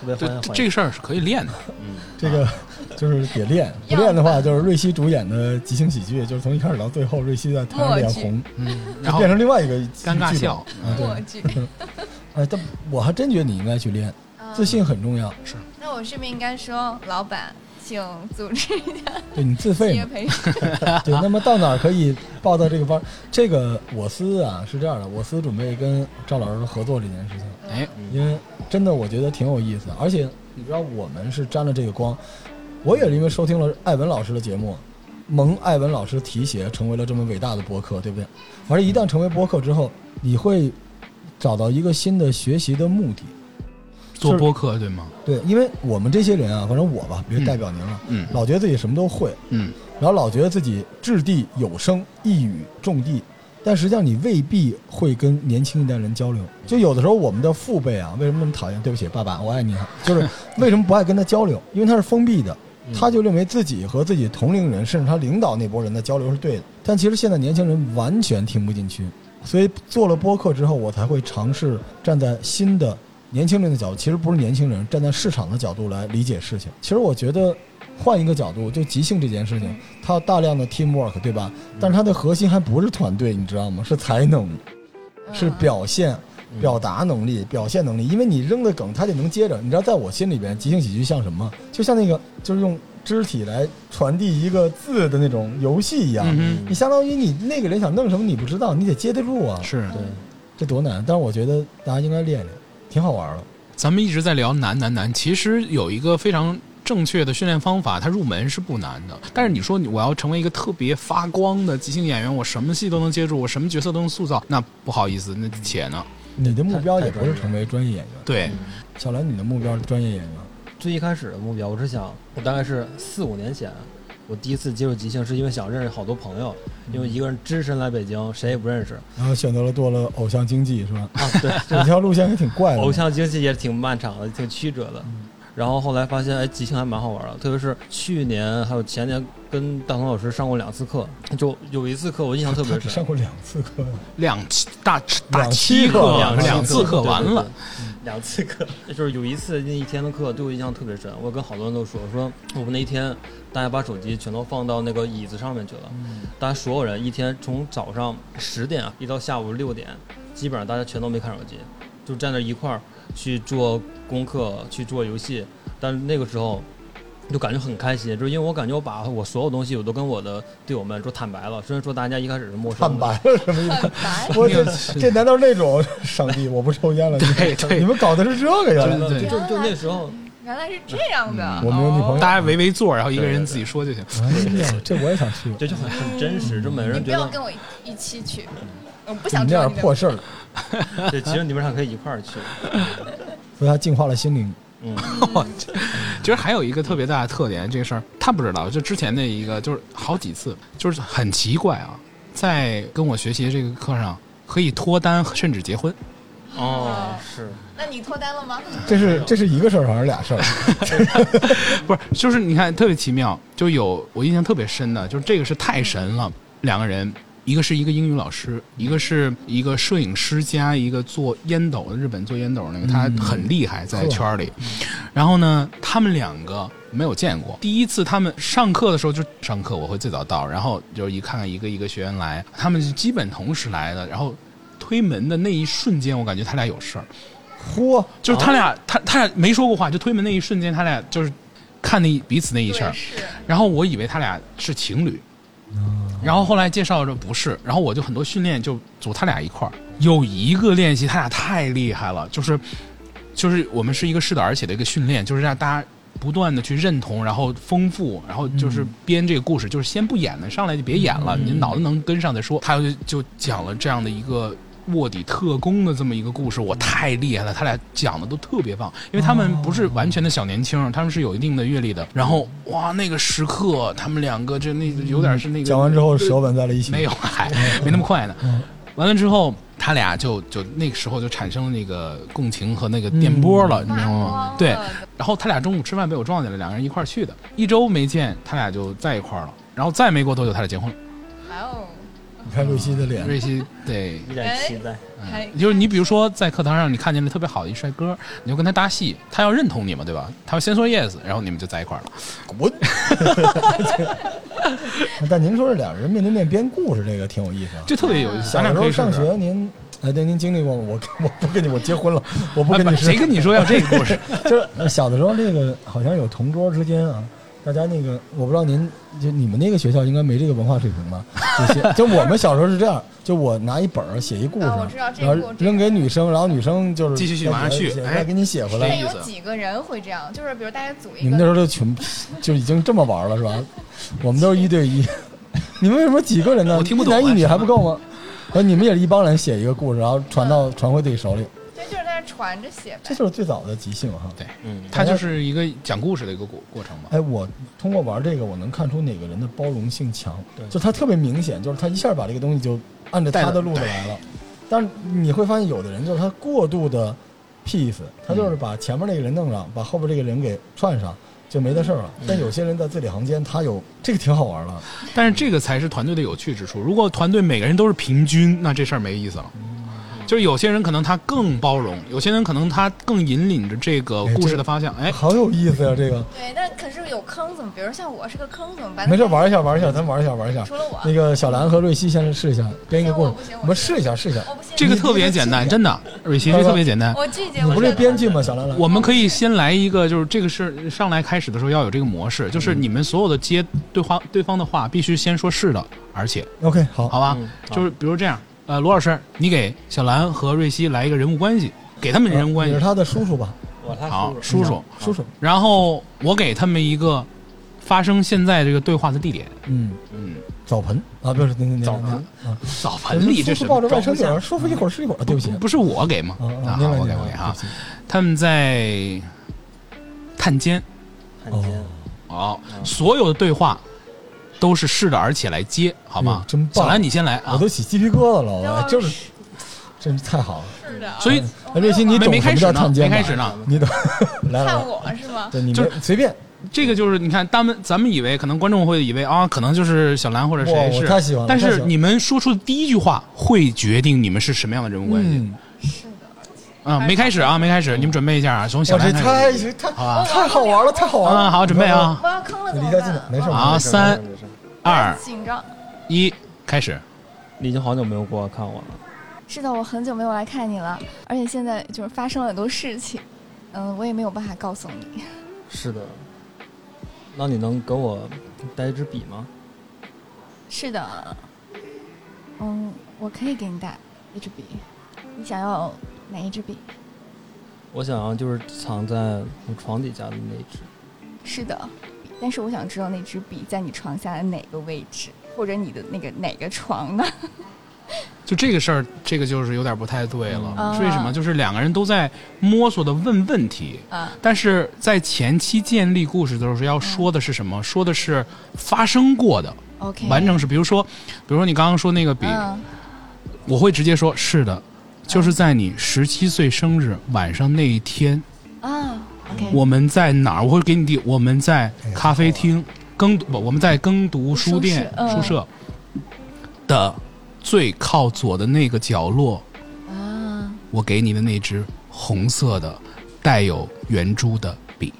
D: 特别欢
A: 对
D: 迎欢迎。
A: 这个事儿是可以练的。
D: 嗯，
B: 这 个就是得练，不
C: 要
B: 练的话，
C: 吧
B: 就是瑞希主演的即兴喜剧，就是从一开始到最后，瑞希在台上
C: 默
B: 脸
C: 剧
B: 红，
A: 嗯，然
B: 就
A: 后
B: 变成另外一个
A: 尴尬
B: 剧本
A: 笑。
B: 啊
C: 默
B: 对，
C: 剧。
B: 哎，但我还真觉得你应该去练，
C: 啊
B: 自信很重要。
C: 那我是不是应该说，老板，请组织一下
B: 对你自
C: 企
B: 费
C: 业
B: 嘛，
C: 培训？
B: 对，那么到哪儿可以报到这个班儿？这个我司啊是这样的，我司准备跟赵老师合作这件事情，
A: 哎，
B: 因为真的我觉得挺有意思的，而且你知道我们是沾了这个光，我也是因为收听了艾文老师的节目，蒙艾文老师提携成为了这么伟大的播客，对不对？而且一旦成为播客之后，你会找到一个新的学习的目的。
A: 做播客对吗？
B: 对，因为我们这些人啊，反正我吧，别代表您了，
A: 嗯
B: 老觉得自己什么都会，
A: 嗯，
B: 然后老觉得自己掷地有声、一语中的，但实际上你未必会跟年轻一代人交流。就有的时候我们的父辈啊，为什么那么讨厌？对不起，爸爸，我爱你啊。就是为什么不爱跟他交流？因为他是封闭的，
D: 嗯
B: 他就认为自己和自己同龄人，甚至他领导那波人的交流是对的。但其实现在年轻人完全听不进去，所以做了播客之后，我才会尝试站在新的年轻人的角度，其实不是年轻人，站在市场的角度来理解事情。其实我觉得换一个角度，就即兴这件事情，它有大量的 teamwork，对吧？但是它的核心还不是团队，你知道吗？是才能，是
C: 嗯
B: 表现、
D: 嗯
B: 表达能力、表现能力。因为你扔的梗，它就能接着。你知道，在我心里边，即兴喜剧像什么？就像那个，就是用肢体来传递一个字的那种游戏一样。
A: 嗯
B: 你相当于你那个人想弄什么你不知道，你得接得住啊
A: 哼，，是。
D: 对，
B: 这多难！但是我觉得大家应该练练，挺好玩的。
A: 咱们一直在聊难难难，其实有一个非常正确的训练方法，它入门是不难的。但是你说你我要成为一个特别发光的即兴演员，我什么戏都能接住，我什么角色都能塑造，那不好意思，那且呢？
B: 你的目标也不
D: 太专业
B: 是
D: 了
B: 成为专业演员，
A: 对，
B: 小兰，你的目标是专业演员。
D: 最一开始的目标，我是想，我大概是四五年前，我第一次接触即兴，是因为想认识好多朋友，因
A: 嗯
D: 为一个人只身来北京，谁也不认识
B: 然后选择了做了偶像经济，是吧？
D: 啊。对，
B: 这条路线还挺怪的。
D: 偶像经济也挺漫长的，挺曲折的。
A: 嗯
D: 然后后来发现，哎，即兴还蛮好玩的，特别是去年还有前年跟大同老师上过两次课，就有一次课我印象特别
B: 他只
D: 深
B: 上，过两次课，
A: 两期大大
B: 期
A: 期
B: 课
A: 课，
B: 两
A: 两
B: 期
A: 次课完了，
D: 两次课，就是有一次那一天的课对我印象特别深，我跟好多人都说，我说我们那一天大家把手机全都放到那个椅子上面去了，大家所有人一天从早上十点啊一到下午六点，基本上大家全都没看手机，就站在一块儿去做功课，去做游戏，但是那个时候。就感觉很开心，就是因为我感觉我把我所有东西我都跟我的队友们说坦白了，虽然说大家一开始是陌生
B: 坦
D: 的，
B: 白了什么意思？
C: 很白。
B: 我这这难道是那种上帝我不抽烟了？
A: 对
B: 你
A: 对
B: 你，们搞的是这个
A: 对
B: 呀？
A: 对
D: 就
A: 对，
D: 就就那时候，
C: 原来是这样的。哦
B: 嗯我没有女朋友
A: 大家围围坐，然后一个人自己说就行。
B: 哎呀，这我也想去。
D: 这就很很真实，就每个
C: 你
D: 人
C: 不
D: 觉
C: 要
D: 得
C: 跟我一一起去，我不
B: 嗯你
C: 想
B: 们
C: 知
B: 那
C: 道
B: 点
C: 你的
B: 破事儿，
D: 对，其实你们俩可以一块儿去。
B: 所以它净化了心灵。
D: 嗯，
A: 其实还有一个特别大的特点，这个事儿他不知道，就之前的一个就是好几次，就是很奇怪啊，在跟我学习这个课上可以脱单，甚至结婚。
D: 哦，是，
C: 那你脱单了吗？
B: 这是这是一个事儿还是 俩事儿？
A: 不是，就是你看特别奇妙，就有我印象特别深的，就是这个是太神了，两个人。一个是一个英语老师，一个是一个摄影师加一个做烟斗的日本做烟斗那个，他很厉害在圈儿里。然后呢，他们两个没有见过，第一次他们上课的时候就上课，我会最早到，然后就一看看一个一个学员来，他们是基本同时来的。然后推门的那一瞬间，我感觉他俩有事儿，
B: 嚯，
A: 就是
C: 啊
A: 他俩、他他俩没说过话，就推门那一瞬间，他俩就是看那彼此那一
C: 对
A: 下儿，
C: 是
A: 然后我以为他俩是情侣，然后后来介绍着不是，然后我就很多训练就组他俩一块儿，有一个练习他俩太厉害了，就是就是我们是一个适导而且的一个训练，就是让大家。不断的去认同，然后丰富，然后就是编这个故事，就是先不演了，上来就别演了，你脑子能跟上再说。他就就讲了这样的一个卧底特工的这么一个故事，我太厉害了，他俩讲的都特别棒，因为他们不是完全的小年轻，他们是有一定的阅历的。然后哇，那个时刻，他们两个就那有点是那个
B: 讲完之后嗯舌吻在了一起。
A: 没有，还没那么快呢。完了之后，他俩就就那个时候就产生了那个共情和那个电波
B: 嗯
A: 了，你知
C: 发
A: 道
C: 光
A: 吗
C: 了？
A: 对。然后他俩中午吃饭被我撞见了，两个人一块儿去的，一周没见，他俩就在一块儿了。然后再没过多久，他俩结婚了。
C: 哇哦，
B: 你看瑞希的脸，
A: 瑞希对，
D: 一点期待。
A: 嗯就是你比如说在课堂上你看见了特别好的一帅哥，你就跟他搭戏，他要认同你嘛，对吧？他要先说 yes，然后你们就在一块儿了。
B: 滚！ 但您说这俩人面对面编故事，这个挺有意思啊。
A: 就特别有意思。
B: 小
A: 咱俩
B: 时
A: 可
B: 候
A: 以试
B: 上
A: 试
B: 学，您哎，对，您经历过吗？我我不跟你，我结婚了，我不
A: 哎
B: 跟你
A: 不
B: 是
A: 谁跟你说要这个故 事？
B: 就是呃小的时候，那个好像有同桌之间啊，大家那个我不知道您就你们那个学校应该没这个文化水平 吧？就写就我们小时候是这样，就我拿一本儿写一故事，
C: 啊我知道这
B: 然
C: 个
B: 后
C: 我知道
B: 扔给女生，然后女生就是
A: 继续续
B: 再
A: 往下
B: 给
A: 续
B: 写
A: 哎
B: 再给你写回
A: 这
C: 但
B: 来。
A: 意思
C: 有几个人会这样，就是比如大家组一
B: 你们那
C: 个，
B: 时候就群就已经这么玩了是吧？我们都是一对一，你们为什么几个人呢？
A: 我听不
B: 一
A: 懂
B: 男一
A: 啊
B: 女
A: 什
B: 还
A: 么
B: 不够吗？然后你们也是一帮人写一个故事，然后传
C: 嗯
B: 到传回自己手里，
C: 对，就是在那传着写
B: 这
C: 呗。
B: 就是最早的即兴哈。
A: 对，
D: 嗯，
A: 它就是一个讲故事的一个过过程嘛。
B: 哎，我通过玩这个，我能看出哪个人的包容性强。
D: 对
B: 就他特别明显，就是他一下把这个东西就按着
A: 带
B: 他
A: 着
B: 的路子来了。但是你会发现，有的人就是他过度的 peace，他
A: 嗯
B: 就是把前面那个人弄上，把后边这个人给串上，就没得事儿了。
A: 嗯
B: 但有些人在字里行间，他有这个挺好玩的。
A: 但是这个才是团队的有趣之处。如果团队每个人都是平均，那这事儿没意思了。就是有些人可能他更包容，有些人可能他更引领着这个故事的方向。哎，
B: 好有意思呀、啊这个
C: 对，但可是有坑怎么？比如像我是个坑怎么办？
B: 没事玩一下，玩一下，咱玩一下，玩一下
C: 除。了我，
B: 那个小兰和瑞希先试一下编一个故事
C: 行我不行，我
B: 我们试一下，试一下。
C: 我不信
A: 这个特别简单，真的，瑞希，这个特别简单。
C: 我拒绝。
B: 你
C: 我
B: 不
C: 觉
B: 是
C: 得
B: 编剧吗？小兰兰，
A: 我们可以先来一个，就是这个是上来开始的时候要有这个模式，就是你们所有的接对话对方的话，必须先说是的，而且
B: OK 哦好，
A: 好吧
D: 嗯，好
A: 就是比如这样，呃，罗老师，你给小兰和瑞希来一个人物关系，给他们人物关
B: 你
A: 系
B: 是，他的叔叔吧？
D: 我他
A: 好
D: 叔
A: 叔叔，
B: 叔叔，
A: 然后我给他们一个发生现在这个对话的地点，
B: 嗯。
A: 嗯，
B: 澡盆啊，不是，那那那
A: 澡盆
B: 啊，
A: 澡盆里这
B: 叔
A: 是
B: 叔抱着外甥女
A: 装
B: 儿，舒服一会儿是一会儿，啊对不起，
A: 不是我给吗？
B: 啊啊
A: 啊，，
B: 另
A: 好
B: 外
A: 我给我给哈，他们在探监，
D: 汉奸
B: 哦，
A: 哦，所有的对话都是是的，而且来接，好吗
B: 哎呦？真棒
A: 小兰，你先来
B: 我
A: 啊
B: 都！起鸡皮疙瘩了，
C: 那
B: 我
C: 我
B: 哎就是，真是太好了。
C: 是的，
A: 所以
B: 哎瑞希，
A: 没
B: 你懂
A: 没
B: 什
A: 开
B: 么
A: 始
B: 叫
A: 呢，
B: 探
A: 没
B: 监吗
A: 开始呢。
B: 你懂？ 来来
C: 看
B: 来，
C: 我是吗？
B: 对，你
A: 就
B: 没
A: 是
B: 随便，
A: 这个就是你看，他们咱们以为可能观众会以为啊，可能就是小兰或者
B: 哇
A: 谁
B: 我
A: 是，
B: 太喜欢了
A: 但
B: 太喜
A: 是
B: 欢了
A: 你们说出的第一句话会决定你们是什么样的人物关系。
B: 嗯，
C: 是的，
A: 啊，没开始啊，没开始，你们准备一下啊，从小
B: 哇，这
A: 兰开
B: 太
A: 始。
B: 太
A: 好吧
B: 太好玩了，太好玩了。
A: 啊，好，准备啊，
C: 我要坑了
B: 你
C: 怎么
B: 离开近
C: 办
B: 点？没事
C: 我
A: 好
D: 没事没事
A: 三
D: 没事
A: 二
C: 紧张。
A: 一，开始。
D: 你已经好久没有过来看我了。
C: 是的，我很久没有来看你了，而且现在就是发生了很多事情，嗯，我也没有办法告诉你。
D: 是的，那你能给我带一支笔吗？
C: 是的，嗯，我可以给你带一支笔，你想要哪一支笔？
D: 我想要就是藏在我床底下的那一只。
C: 是的，但是我想知道那支笔在你床下的哪个位置，或者你的那个哪个床呢？
A: 就这个事儿，这个就是有点不太对了。
C: 嗯
A: 为什么？就是两个人都在摸索的问问题，
C: 啊，
A: 但是在前期建立故事的时候，要说的是什么？说的是发生过的
C: OK，
A: 完整是，比如说，比如说你刚刚说那个笔，
C: 嗯，
A: 我会直接说是的，就是在你十七岁生日晚上那一天，
C: 啊，OK，
A: 我们在哪儿？我会给你地，我们在咖啡厅耕读不，我们在耕读书店
C: 哎书舍嗯
A: 书舍的最靠左的那个角落，
C: 啊
A: 我给你的那支红色的带有圆珠的笔。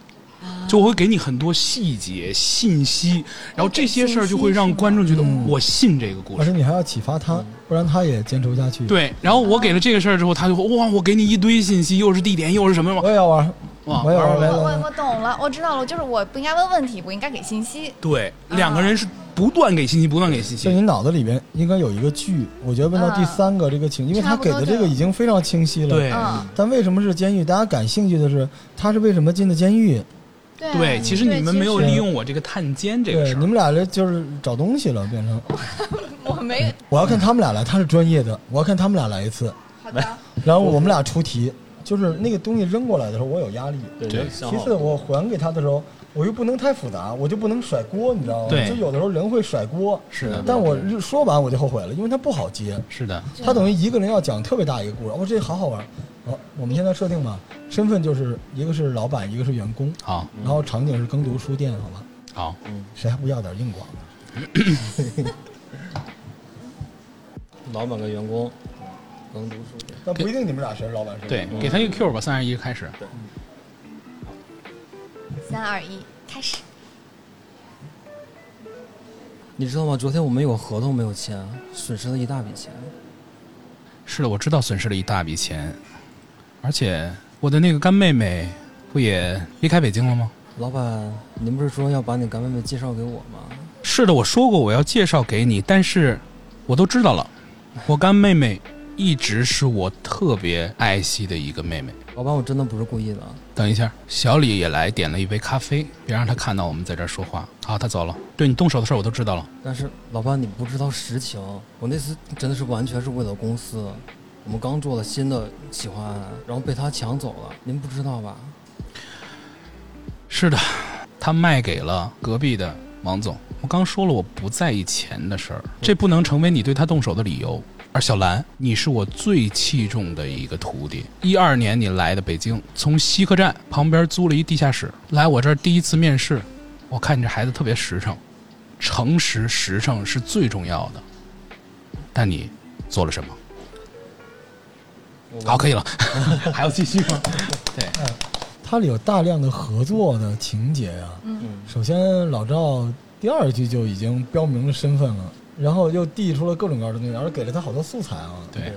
C: 啊，
A: 就我会给你很多细节信息，然后这些事儿就会让观众觉得
B: 嗯
A: 我信这个故
B: 而且
A: 事。
B: 你还要启发他，不然他也坚持不下去。，
A: 对，然后我给了这个事儿之后，他就会哇，我给你一堆信息，又是地点，又是什么
B: 我也要玩，
A: 哇，
B: 我也要玩，
A: 玩
B: 来
C: 我
B: 来
C: 我
B: 来，
C: 我懂了，我知道了，就是我不应该问问题，不应该给信息。
A: 对，两个人是不断给信息，不断给信
B: 就你
A: 息。
B: 脑子里面应该有一个剧，我觉得问到第
C: 嗯
B: 三个这个情，因为他
C: 差不
B: 给
C: 多
B: 的这个
C: 就
B: 已经非常清晰了。
A: 对
C: 嗯，
B: 但为什么是监狱？大家感兴趣的是，他是为什么进的监狱？
C: 对
A: 对，
B: 嗯
A: 其实你们没有利用我这个探监这个
B: 对，
A: 事
B: 你
A: 儿。
B: 们俩这就是找东西了，变成
C: 我没
B: 我
A: 嗯
B: 要看他们俩来，他是专业的，我要看他们俩来一次，
C: 好的，
B: 然后我们俩出题，就是那个东西扔过来的时候，我有压力。
D: 对
A: 对
D: 就想
B: 其
D: 好
B: 次，我还给他的时候，我又不能太复杂，我就不能甩锅，你知道吗？
A: 对
B: 就有的时候人会甩锅，
A: 是的，
B: 但我说完我就后悔了，因为他不好接。
A: 是的，
B: 他等于一个人要讲特别大一个故事，哦，这好好玩。好、我们现在设定吧，身份就是一个是老板，一个是员工，
A: 好，
B: 然后场景是耕读书店，好吧？
A: 好，
B: 谁还不要点硬广呢？
D: 老板跟员工能读书。
B: 但不一定你们俩谁是老板谁是
A: 对
B: 员，工
A: 给他一个 Q 吧，三二一开始。
C: 三二一，开始。
D: 你知道吗？昨天我们有个合同没有签，损失了一大笔钱。
A: 是的，我知道损失了一大笔钱，而且我的那个干妹妹不也离开北京了吗？
D: 老板，您不是说要把你干妹妹介绍给我吗？
A: 是的，我说过我要介绍给你，但是我都知道了。我干妹妹一直是我特别爱惜的一个妹妹。
D: 老板，我真的不是故意的。
A: 等一下，小李也来点了一杯咖啡，别让他看到我们在这儿说话。好，他走了。对你动手的事儿我都知道了。
D: 但是老板，你不知道实情，我那次真的是完全是为了公司。我们刚做了新的企划案，然后被他抢走了，您不知道 吧？
A: 是的，他卖给了隔壁的王总。我刚说了我不在意钱的事儿，这不能成为你对他动手的理由。而小兰，你是我最器重的一个徒弟。一二年你来的北京，从西客站旁边租了一地下室，来我这儿第一次面试，我看你这孩子特别实诚，诚实实诚是最重要的。但你做了什么？
D: 我
A: 好，可以了， 还要继续吗？
B: 它里有大量的合作的情节啊。
D: 嗯，
B: 首先，老赵第二句就已经标明了身份了，然后又递出了各种各样的东西，而且给了他好多素材啊。
A: 对，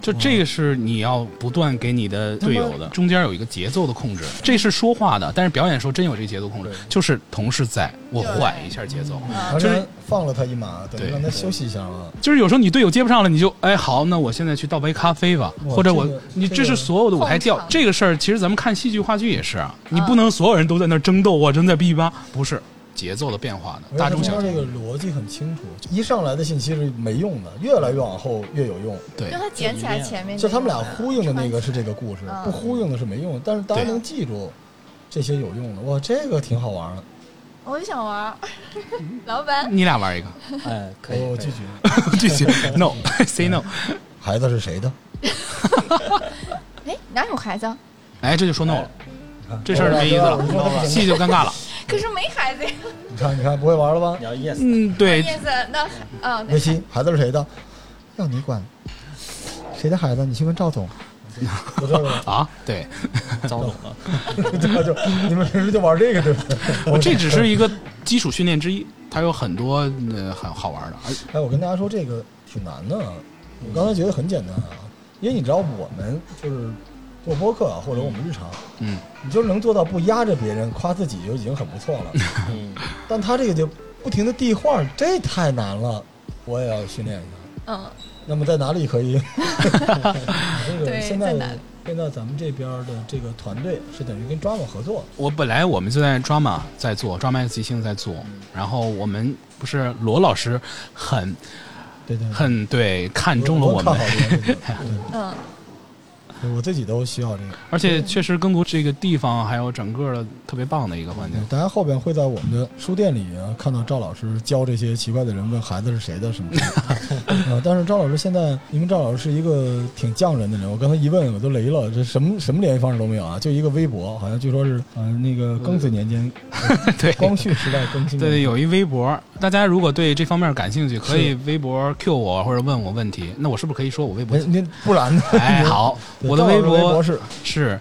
A: 就这个是你要不断给你的队友的，中间有一个节奏的控制，这是说话的，但是表演的时候真有这个节奏控制
D: 对，
A: 就是同事在我缓一下节奏，
C: 嗯
B: 而
A: 就是
B: 且放了他一马，等于
A: 对
B: 让他休息一下啊。
A: 就是有时候你队友接不上了，你就哎好，那我现在去倒杯咖啡吧，
B: 哇
A: 或者我
B: 这个
A: 你
B: 这
A: 这是
B: 个
A: 所有的舞台调
C: 控场
A: 这个事儿，其实咱们看戏剧话剧也是啊，你
C: 嗯
A: 不能所有人都在那儿争斗，我真在 B 八，不是节奏的变化的，大中小
B: 而
A: 节
B: 且他这个逻辑很清楚，一上来的信息是没用的，越来越往后越有用。
A: 对
C: 让。他捡起来前面那个。
B: 就他们俩呼应的那个是这个故事，
C: 嗯
B: 不呼应的是没用的。但是大家
A: 对
B: 能记住这些有用的，哇，这个挺好玩的。
C: 我就 想玩儿，老板，
A: 你俩玩一个，
D: 哎，可以。
B: 我
D: 可以
A: 这
B: 拒绝。
A: 些 no，say no，
B: 孩子是谁的？
C: 哎，哪有孩子啊？
A: 哎，这就说 no 了，啊这事儿就没意思
B: 我说他
A: 了，
B: 不行
A: 戏就尴尬了。
C: 可是没孩子呀。
B: 你看，你看，不会玩了吧
D: 你？要 yes，
A: 嗯，对，
C: 意思那啊，那
B: 梅西，孩子是谁的？要你管？谁的孩子？你去问赵总。 不知道吧？
A: 啊，对，
D: 招懂了。
B: 就就你们平时就玩这个对不对？
A: 我这只是一个基础训练之一，它有很多呃很好玩的，而
B: 哎，我跟大家说，这个挺难的。啊我刚才觉得很简单啊，因为你知道我们就是做播客啊或者我们日常，
A: 嗯，
B: 你就是能做到不压着别人，夸自己就已经很不 错了。
D: 嗯，
B: 但他这个就不停的递话，这太难了，我也要训练一下。
C: 嗯，
B: 那么在哪里 可以？这个
C: 对
B: 现
C: 在
B: 在
C: 哪里
B: 现在咱们这边的这个团队是等于跟 Drama 合作，
A: 我本来我们就在 drama 在做，drama 即兴在做，然后我们不是罗老师很
B: 对对，
A: 很对看中了
B: 我
A: 我们
B: 看，好这个
C: 嗯，
B: 对，我自己都需要这个。
A: 而且确实耕读这个地方还有整个的特别棒的一个 环境。
B: 大家后边会在我们的书店里啊看到赵老师教这些奇怪的人问孩子是谁的什么 的。啊，但是赵老师现在，因为赵老师是一个挺匠人的人，我刚才一问我都雷了，这什么什么联系方式都没有啊，就一个微博，好像据说是呃那个庚子年间，
A: 对
B: 光绪 时代更新的。
A: 对，有一微博，大家如果对这方面感兴趣，可以微博 Q 我或者问我问题。那我是不是可以说我微博
B: 哎，？您不然呢？
A: 哎，好，
B: 对，
A: 我的微
B: 赵老师
A: 博
B: 是
A: 是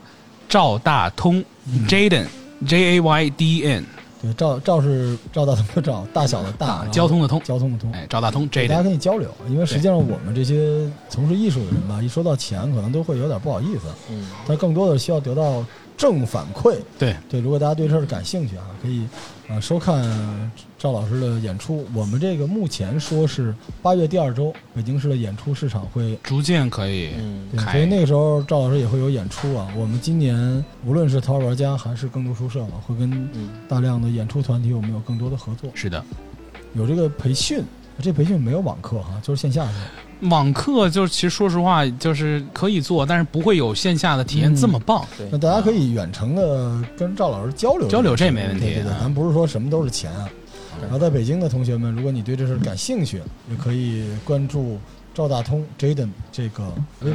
A: 赵大通 Jaden J A Y D E N 啊
B: 对赵赵是赵大同的赵，大小的大，然后
A: 交通的通，
B: 交通的通。
A: 哎，赵大通
B: 大家
A: Jaden
B: 可以交流，因为实际上我们这些从事艺术的人吧，一说到钱，可能都会有点不好意思。
D: 嗯，
B: 但更多的需要得到正反馈。
A: 对
B: 对，如果大家对这儿感兴趣啊，可以啊、呃收看赵老师的演出。我们这个目前说是八月第二周，北京市的演出市场会。
A: 逐渐可以
D: 嗯
B: 对，所
A: 开
B: 以那个时候赵老师也会有演出啊。我们今年无论是陶玩家还是更读书社嘛，会跟
D: 嗯，
B: 大量的演出团体我们有更多的合作，
A: 是的，
B: 有这个培训。这培训没有网课哈、就是线下的。
A: 网课就是其实说实话就是可以做，但是不会有线下的体验这么棒。
D: 对
B: 那。大家可以远程的跟赵老师交流
A: 交流这没问题
B: 对对对
A: 啊，
B: 咱不是说什么都是钱啊。然后在北京的同学们，如果你对这事儿感兴趣，也可以关注赵大通 Jaden 这个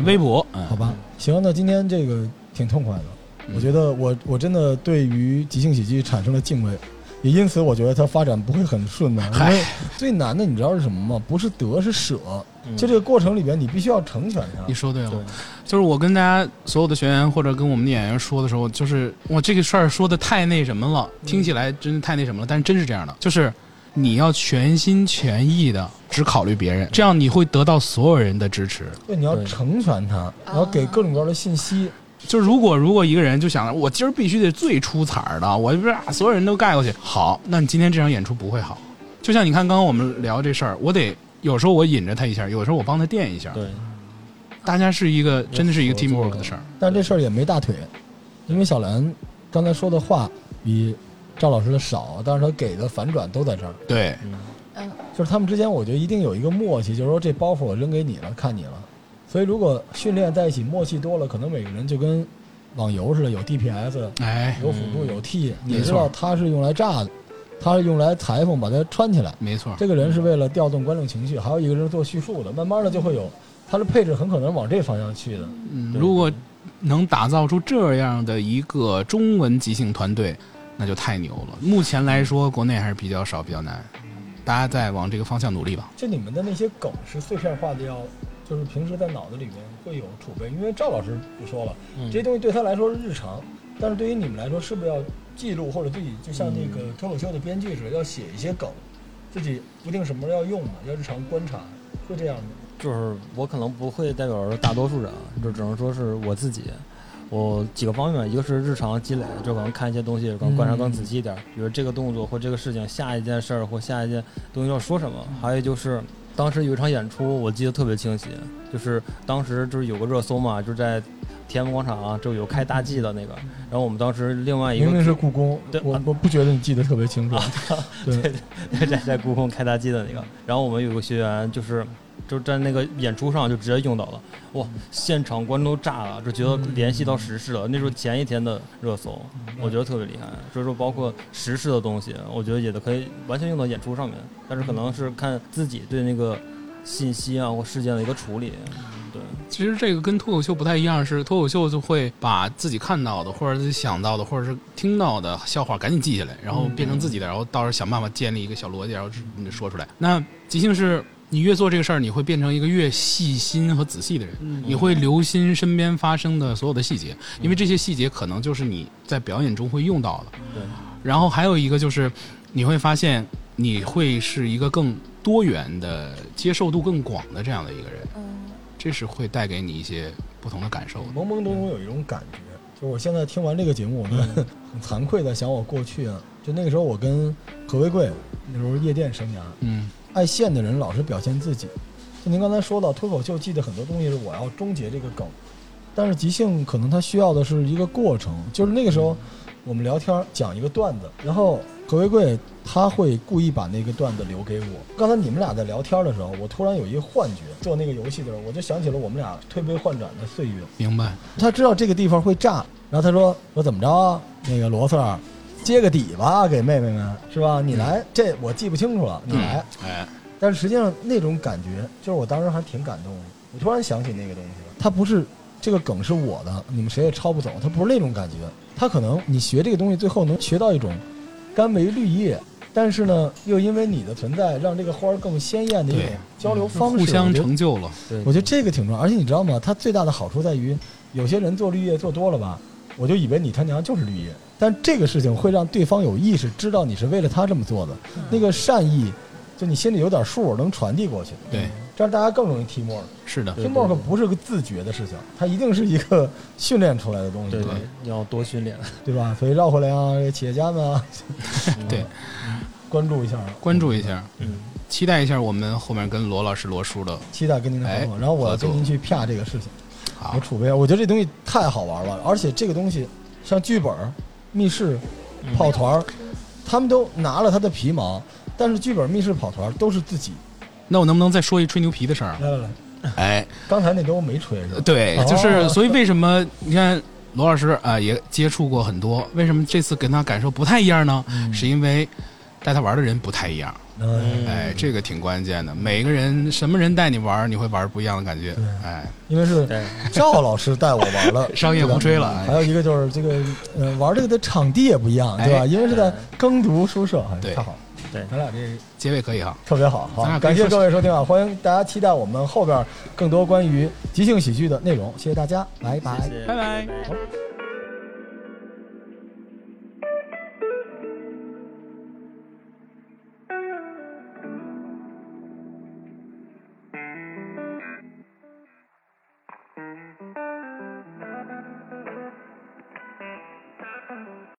A: 微博，嗯
B: 好，吧？行，那今天这个挺痛快的，我觉得我我真的对于即兴喜剧产生了敬畏。也因此我觉得他发展不会很顺的，因
A: 哎嗨
B: 为最难的你知道是什么吗？不是得是舍，
D: 嗯
B: 就这个过程里边你必须要成全
A: 你
B: 他。
A: 说对了，
D: 对，
A: 就是我跟大家所有的学员或者跟我们的演员说的时候，就是我这个事儿说的太那什么了，听起来真的太那什么了，但是真是这样的，就是你要全心全意的只考虑别人，这样你会得到所有人的支持。
B: 对，你要
D: 对
B: 成全他，然后给各种各样的信息。
A: 就是如果如果一个人就想着我今儿必须得最出彩儿的，我就把所有人都盖过去，好，那你今天这场演出不会好。就像你看刚刚我们聊这事儿，我得有时候我引着他一下，有时候我帮他垫一下，
D: 对，
A: 大家是一个真的是一个
D: 合作
A: teamwork 的事儿。
B: 但这事儿也没大腿，因为小兰刚才说的话比赵老师的少，但是他给的反转都在这儿。
A: 对，
D: 嗯，
C: 嗯，
B: 就是他们之间，我觉得一定有一个默契，就是说这包袱我扔给你了，看你了。所以如果训练在一起，默契多了，可能每个人就跟网游似的，有 DPS，
A: 哎，
B: 有辅助，有 T，
A: 没
B: 你
A: 错
B: 知道他是用来炸的，他是用来裁缝把它穿起来。
A: 没错，
B: 这个人是为了调动观众情绪，还有一个人是做叙述的，慢慢的就会有他的配置很可能往这方向去的。
A: 嗯，
B: 对
A: 如果能打造出这样的一个中文即兴团队，那就太牛了。目前来说，国内还是比较少，比较难，大家再往这个方向努力吧。
B: 就你们的那些梗是碎片化的要，就是平时在脑子里面会有储备，因为赵老师不说了。
D: 嗯
B: 这些东西对他来说是日常，但是对于你们来说，是不是要记录或者自己就像那个脱口秀的编剧似的，要写一些梗，自己不定什么时候要用嘛，要日常观察，会这样吗？
D: 就是我可能不会代表大多数人，啊就只能说是我自己。我几个方面，一个是日常积累，就可能看一些东西，可能观察更仔细一点，比如这个动作或这个事情，下一件事儿或下一件东西要说什么。
B: 嗯
D: 还有就是当时有一场演出，我记得特别清晰，就是当时就是有个热搜嘛，就是在天安门广场、啊、就有开大 G 的那个，然后我们当时另外一
B: 嗯
D: 个
B: 明明是故宫，
D: 对
B: 我我不觉得你记得特别清楚。对，
D: 在在故宫开大 G 的那个，然后我们有个学员就是就在那个演出上就直接用到了，哇，现场观众都炸了，就觉得联系到时事了。那时候前一天的热搜，我觉得特别厉害。所以说，包括时事的东西，我觉得也都可以完全用到演出上面，但是可能是看自己对那个信息啊或事件的一个处理。嗯对，
A: 其实这个跟脱口秀不太一样，是脱口秀就会把自己看到的，或者自己想到的，或者是听到的笑话赶紧记下来，然后变成自己的，然后到时候想办法建立一个小逻辑，然后说出来。那即兴是。你越做这个事儿，你会变成一个越细心和仔细的人，你会留心身边发生的所有的细节，因为这些细节可能就是你在表演中会用到的。
D: 对，
A: 然后还有一个就是，你会发现你会是一个更多元的、接受度更广的这样的一个人。
C: 嗯，
A: 这是会带给你一些不同的感受的。
B: 懵懵懂懂有一种感觉，就我现在听完这个节目，我都很惭愧的想我过去啊，就那个时候我跟何为贵那时候夜店生涯，
A: 嗯，
B: 爱现的人老是表现自己。就您刚才说到脱口秀，记得很多东西是我要终结这个梗，但是即兴可能它需要的是一个过程。就是那个时候我们聊天讲一个段子，然后何为贵他会故意把那个段子留给我。刚才你们俩在聊天的时候，我突然有一个幻觉，做那个游戏的时候，我就想起了我们俩推杯换盏的岁月。
A: 明白。
B: 他知道这个地方会炸，然后他说：“我怎么着啊？那个罗 Sir，接个底吧，给妹妹们是吧？你来，这我记不清楚了，你来。
A: 哎，
B: 但是实际上那种感觉，就是我当时还挺感动的。我突然想起那个东西了，它不是这个梗是我的，你们谁也抄不走，它不是那种感觉。它可能你学这个东西，最后能学到一种甘为绿叶，但是呢，又因为你的存在，让这个花儿更鲜艳的一种
A: 对
B: 交流方式。
A: 互相
B: 我觉得
A: 成就了。
D: 对，
B: 我觉得这个挺重要，而且你知道吗？它最大的好处在于，有些人做绿叶做多了吧，我就以为你他娘就是绿叶，但这个事情会让对方有意识知道你是为了他这么做的，那个善意，就你心里有点数，能传递过去，
A: 对，
B: 这样大家更容易提墨。
A: 是的，
D: 对
B: 提墨可不是个自觉的事情，它一定是一个训练出来的东西，
D: 对
B: 对
D: 对，要多训练。
B: 吧？所以绕回来啊，这企业家们啊，
A: 对，
B: 关注一下啊，
A: 关注一下，
D: 嗯，
A: 期待一下我们后面跟罗老师、罗叔的。
B: 期待跟您的合作，
A: 哎
B: 然后我
A: 合
B: 要
A: 作
B: 跟您去啪这个事情。
A: 好
B: 我，储备，我觉得这东西太好玩了，而且这个东西像剧本、密室、
A: 嗯
B: 跑团儿，他们都拿了他的皮毛，但是剧本、密室、跑团儿都是自己。
A: 那我能不能再说一吹牛皮的事儿啊？
B: 来来来，
A: 哎，
B: 刚才那个我没吹是吧？
A: 对，
B: 哦
A: 就是所以为什么你看罗老师啊、也接触过很多，为什么这次跟他感受不太一样呢？是因为带他玩的人不太一样，
B: 嗯，
A: 哎，这个挺关键的。每个人什么人带你玩，你会玩不一样的感觉
B: 对，
A: 哎，
B: 因为是
D: 对，
B: 赵老师带我玩了
A: 商业胡吹了哎
B: 对吧还有一个就是这个呃玩这个的场地也不一样，对吧？
A: 哎
B: 因为是在耕读书社，哎
A: 对
B: 太好了，
D: 对
B: 咱俩这
A: 结尾可以哈。
B: 特别好，
A: 咱
B: 好，
A: 俩可以
B: 感谢
A: 说
B: 各位收听啊，欢迎大家期待我们后边更多关于即兴喜剧的内容，谢谢大家，拜拜。
D: 谢谢
A: 拜拜
B: 好